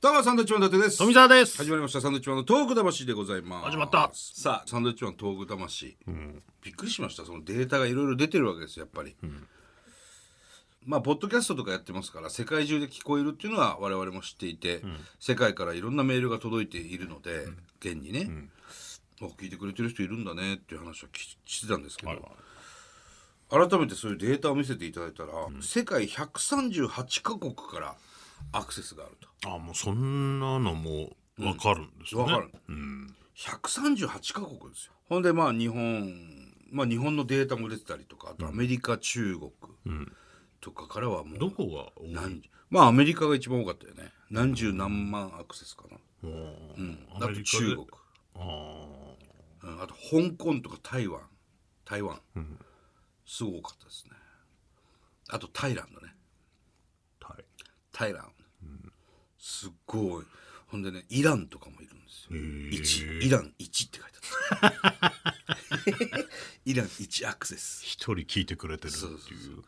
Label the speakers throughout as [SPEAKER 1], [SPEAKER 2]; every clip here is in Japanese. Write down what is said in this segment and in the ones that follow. [SPEAKER 1] どうもサンドウィッチマン伊達です
[SPEAKER 2] 富澤です。
[SPEAKER 1] 始まりましたサンドウィッチマンのトーク魂でございます
[SPEAKER 2] 始まった
[SPEAKER 1] さあサンドウィッチマンのトーク魂、びっくりしましたそのデータがいろいろ出てるわけですやっぱり、まあポッドキャストとかやってますから世界中で聞こえるっていうのは我々も知っていて、世界からいろんなメールが届いているので、現にね、あ聞いてくれてる人いるんだねっていう話を聞してたんですけど、改めてそういうデータを見せていただいたら、世界138カ国からアクセスがあると。
[SPEAKER 2] あ、もうそんなのもわかるんですね。
[SPEAKER 1] わかる、138カ国ですよほんでまあ日本まあ日本のデータも出てたりとかあとアメリカ、中国とかからはもう
[SPEAKER 2] どこが多い
[SPEAKER 1] 何まあアメリカが一番多かったよね何十何万アクセスかな、
[SPEAKER 2] う
[SPEAKER 1] あ
[SPEAKER 2] ん
[SPEAKER 1] と
[SPEAKER 2] アメリカで
[SPEAKER 1] 中国、
[SPEAKER 2] あー
[SPEAKER 1] うん、あと香港とか台湾台湾、すごかったですねあとタイランドね
[SPEAKER 2] タイ。
[SPEAKER 1] タイランド、すっごいほんでねイランとかもいるんですよ
[SPEAKER 2] へー
[SPEAKER 1] 一イラン1って書いてあった イラン1アクセス
[SPEAKER 2] 一人聞いてくれてるっていう。
[SPEAKER 1] そうそう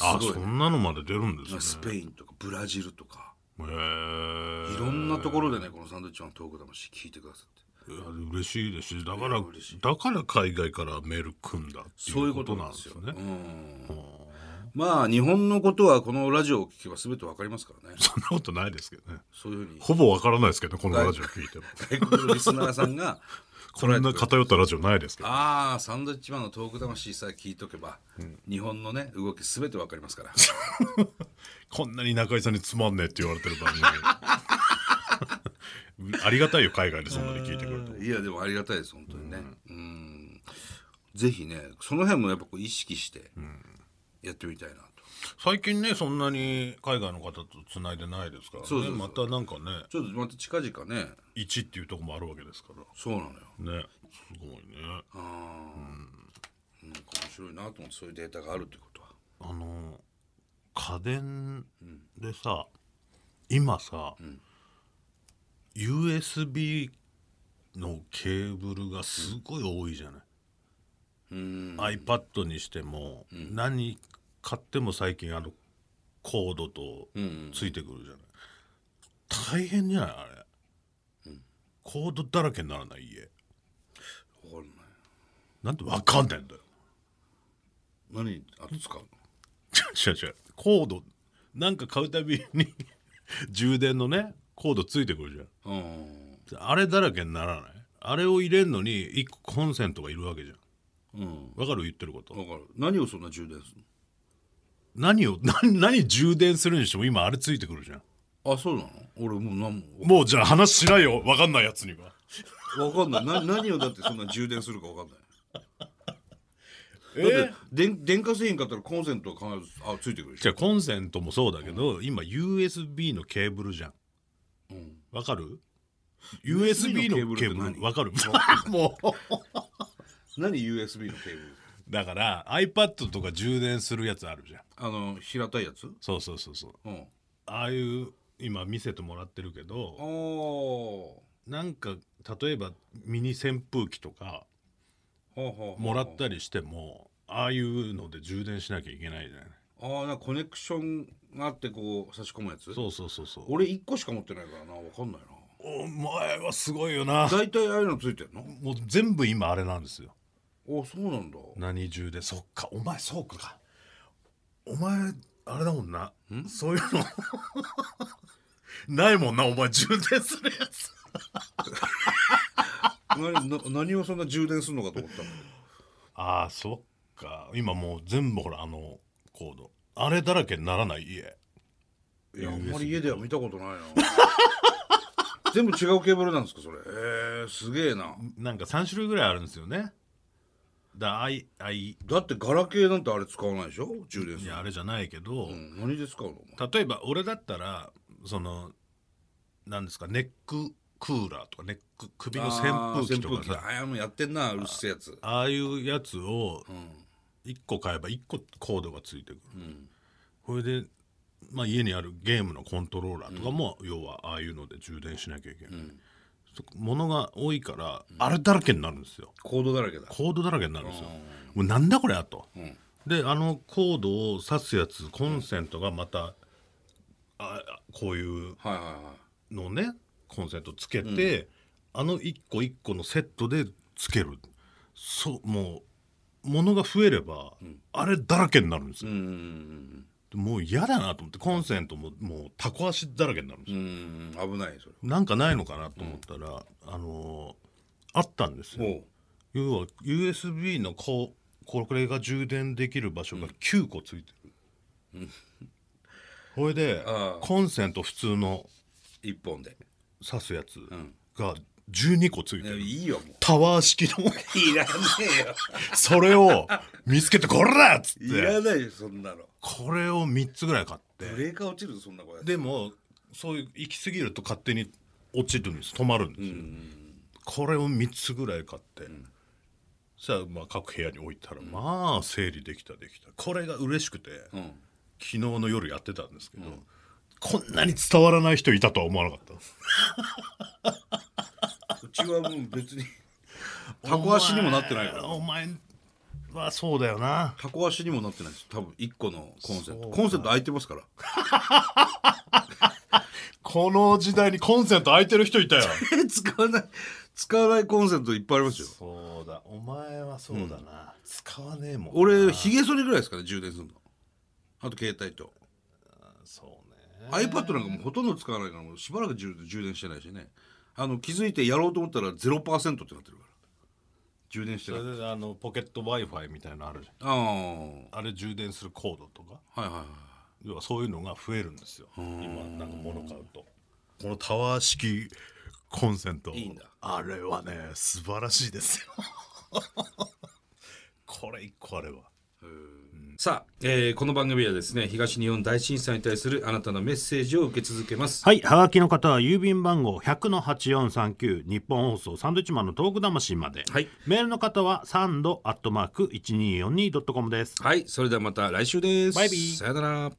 [SPEAKER 2] あ、
[SPEAKER 1] すごい
[SPEAKER 2] そんなのまで出るんですね。
[SPEAKER 1] スペインとかブラジルとか
[SPEAKER 2] へ
[SPEAKER 1] い
[SPEAKER 2] ー
[SPEAKER 1] ろんなところでねこのサンドウィッチマンのトーク魂聞いてくださって
[SPEAKER 2] いや嬉しいですし、だから、
[SPEAKER 1] 嬉しい
[SPEAKER 2] だから海外からメール組んだって
[SPEAKER 1] そう
[SPEAKER 2] い
[SPEAKER 1] いうう
[SPEAKER 2] こ
[SPEAKER 1] ことと
[SPEAKER 2] な
[SPEAKER 1] なんん
[SPEAKER 2] で
[SPEAKER 1] ですす
[SPEAKER 2] よ
[SPEAKER 1] よ
[SPEAKER 2] ね。
[SPEAKER 1] うんまあ日本のことはこのラジオを聞けば全てわかりますから ね
[SPEAKER 2] そんなことないですけどね。
[SPEAKER 1] そういうふうに
[SPEAKER 2] ほぼわからないですけどね、このラジオ聞いても。
[SPEAKER 1] 外国のリスナーさん が
[SPEAKER 2] こんな偏ったラジオないですけど。
[SPEAKER 1] ああサンドウィッチマンのトーク魂さえ聞いとけば、日本のね動き全てわかりますから
[SPEAKER 2] こんなに中居さんにつまんねえって言われてる番組 ありがたいよ海外でそんなに聞いてくれると
[SPEAKER 1] いやでもありがたいです本当にねうんぜひねその辺もやっぱこう意識してやってみたいなと
[SPEAKER 2] 最近ねそんなに海外の方とつないでないですからね
[SPEAKER 1] そうそうそう
[SPEAKER 2] またなんかね
[SPEAKER 1] ちょっとまた近々ね
[SPEAKER 2] 1っていうとこもあるわけですから
[SPEAKER 1] そうなのよ
[SPEAKER 2] ねすごいね
[SPEAKER 1] ああうん、なんか面白いなと思ってそういうデータがあるってことは
[SPEAKER 2] あの家電でさ今さ、USB のケーブルがすごい多いじゃない、
[SPEAKER 1] うん
[SPEAKER 2] iPad にしても、何買っても最近あのコードと
[SPEAKER 1] うん
[SPEAKER 2] ついてくるじゃない、大変じゃないあれ、コードだらけにならない家
[SPEAKER 1] 分かんない
[SPEAKER 2] なんでわかんないんだよ
[SPEAKER 1] 何あと使うの
[SPEAKER 2] 違う違うコードなんか買うたびに充電のねコードついてくるじゃん
[SPEAKER 1] うん
[SPEAKER 2] あれだらけにならないあれを入れるのに1個コンセントがいるわけじゃん
[SPEAKER 1] うん
[SPEAKER 2] わかる言ってること、
[SPEAKER 1] 分かる何をそんな充電する
[SPEAKER 2] 何を何何充電するにしても今あれついてくるじゃん
[SPEAKER 1] のあそうなの俺もう何も
[SPEAKER 2] もうじゃあ話しないよわかんないやつには
[SPEAKER 1] 分かんないな何をだってそんな充電するか分かんない
[SPEAKER 2] え
[SPEAKER 1] だって電電化製品買ったらコンセントは必ずあついてくるでし
[SPEAKER 2] じゃあコンセントもそうだけど、今 USB のケーブルじゃん
[SPEAKER 1] ょ、うん
[SPEAKER 2] わかる
[SPEAKER 1] USB
[SPEAKER 2] ?USB
[SPEAKER 1] の
[SPEAKER 2] の
[SPEAKER 1] ケーブルっ
[SPEAKER 2] ケ
[SPEAKER 1] て
[SPEAKER 2] ーブ
[SPEAKER 1] 何
[SPEAKER 2] ルわかる もう
[SPEAKER 1] 何 USB のケーブル
[SPEAKER 2] だから iPad とか充電するやつあるじゃん
[SPEAKER 1] あの平たいやつ
[SPEAKER 2] そうそうそうそう
[SPEAKER 1] うん
[SPEAKER 2] ああいう今見せてもらってるけど
[SPEAKER 1] お
[SPEAKER 2] なんか例えばミニ扇風機とか
[SPEAKER 1] お
[SPEAKER 2] もらったりしてもああいうので充電しなきゃいけないじゃない
[SPEAKER 1] あーなんかコネクションがあってこう差し込むやつ
[SPEAKER 2] そうそうそうそう
[SPEAKER 1] 俺1個しか持ってないからな分かんないな
[SPEAKER 2] お前はすごいよな
[SPEAKER 1] 大体ああいうのついてるの
[SPEAKER 2] もう全部今あれなんですよ
[SPEAKER 1] あそうなんだ
[SPEAKER 2] 何中でそっかお前そうかお前あれだもんなそういうのないもんなお前充電するやつ
[SPEAKER 1] 何な何をそんな充電するのかと思ったんだ
[SPEAKER 2] ああそっか今もう全部ほらあのコードあれだらけにならない家
[SPEAKER 1] けどいやあ
[SPEAKER 2] USB
[SPEAKER 1] んまり家では見たことないな 全部違うケーブルなんですかそれえー、すげえな
[SPEAKER 2] なんか3種類ぐらいあるんですよねだあいあい
[SPEAKER 1] だってガラケーなんてあれ使わないでしょ充電す
[SPEAKER 2] い
[SPEAKER 1] る
[SPEAKER 2] やあれじゃないけど、
[SPEAKER 1] うん、何で使うのお前
[SPEAKER 2] 例えば俺だったらそのなんですかネッククーラーとかネック首の扇風機とか
[SPEAKER 1] あー扇
[SPEAKER 2] さ
[SPEAKER 1] 風機あーもうやってんなうっせえやつ
[SPEAKER 2] ああいうやつを
[SPEAKER 1] うん
[SPEAKER 2] 1個買えば1個コードがついてくる
[SPEAKER 1] うん
[SPEAKER 2] これで、まあ、家にあるゲームのコントローラーとかも、要はああいうので充電しなきゃいけない、
[SPEAKER 1] ん
[SPEAKER 2] そ物が多いから、あれだらけになるんですよ
[SPEAKER 1] コードだらけだ
[SPEAKER 2] コードだらけになるんですよ、もうなんだこれやと、
[SPEAKER 1] ん
[SPEAKER 2] であのコードを挿すやつコンセントがまた、あこうい
[SPEAKER 1] はい
[SPEAKER 2] う
[SPEAKER 1] はいはい
[SPEAKER 2] のねコンセントつけて、あの一個一個のセットでつけるそうもう物が増えれば、あれだらけになるんです
[SPEAKER 1] う
[SPEAKER 2] よ、
[SPEAKER 1] ん
[SPEAKER 2] もう嫌だなと思ってコンセントももうタコ足だらけになるんです
[SPEAKER 1] う
[SPEAKER 2] よ、
[SPEAKER 1] ん危ないそ
[SPEAKER 2] なんかないのかなと思ったら、あのーあったんですよ
[SPEAKER 1] れおう
[SPEAKER 2] 要は USB のこうこれが充電できる場所が9個ついてる、これで
[SPEAKER 1] ああ
[SPEAKER 2] コンセント普通の
[SPEAKER 1] 一本で、
[SPEAKER 2] 挿すやつ
[SPEAKER 1] ん
[SPEAKER 2] が12個ついて
[SPEAKER 1] ね
[SPEAKER 2] る、
[SPEAKER 1] いいよも
[SPEAKER 2] タワー式の
[SPEAKER 1] ういらね
[SPEAKER 2] それを見つけて「こら!」っつっ
[SPEAKER 1] えよいら
[SPEAKER 2] て
[SPEAKER 1] ないよそんなの
[SPEAKER 2] これを3つぐらい買っ
[SPEAKER 1] ブ
[SPEAKER 2] て
[SPEAKER 1] レーカー落ちるぞそんなこれ
[SPEAKER 2] でもそういう行き過ぎると勝手に落ちるんです止まるんですよ、これを3つぐらい買って、さあまあ各部屋に置いたら、まあ整理できたできたこれが嬉しくて、
[SPEAKER 1] うん
[SPEAKER 2] 昨日の夜やってたんですけど、こんなに伝わらない人いたとは思わなかった
[SPEAKER 1] うちはもう別にタコ足にもなってないから
[SPEAKER 2] お前お前はそうだよな
[SPEAKER 1] タコ足にもなってないです多分一個のコンセントコンセント空いてますから
[SPEAKER 2] この時代にコンセント空いてる人いたよ
[SPEAKER 1] 使わない使わないコンセントいっぱいありますよ
[SPEAKER 2] そうだお前はそうだな、使わねえもん
[SPEAKER 1] 俺ひげ剃りぐらいですから充電するのあと携帯と
[SPEAKER 2] そうね
[SPEAKER 1] iPad なんかもうほとんど使わないからもうしばらく充電充電してないしねあの気づいてやろうと思ったら0%ってなってるから充電して
[SPEAKER 2] そ
[SPEAKER 1] ないあ
[SPEAKER 2] れであのポケット w i f i みたいなのあるじゃ
[SPEAKER 1] あー
[SPEAKER 2] んあれ充電するコードとか
[SPEAKER 1] はいはいはい
[SPEAKER 2] 要はそういうのが増えるんですよ今なんか物買うとこのタワー式コンセント
[SPEAKER 1] いいんだ
[SPEAKER 2] あれはね素晴らしいですよ これ一個あれば
[SPEAKER 3] さあ、えーこの番組はですね東日本大震災に対するあなたのメッセージを受け続けます
[SPEAKER 4] はい、はがきの方は郵便番号100-8439日本放送サンドウィッチマンのトーク魂まで、
[SPEAKER 3] はい
[SPEAKER 4] メールの方はサンドアットマーク 1242.com です。
[SPEAKER 3] はいそれではまた来週です
[SPEAKER 4] バイビー
[SPEAKER 3] さよなら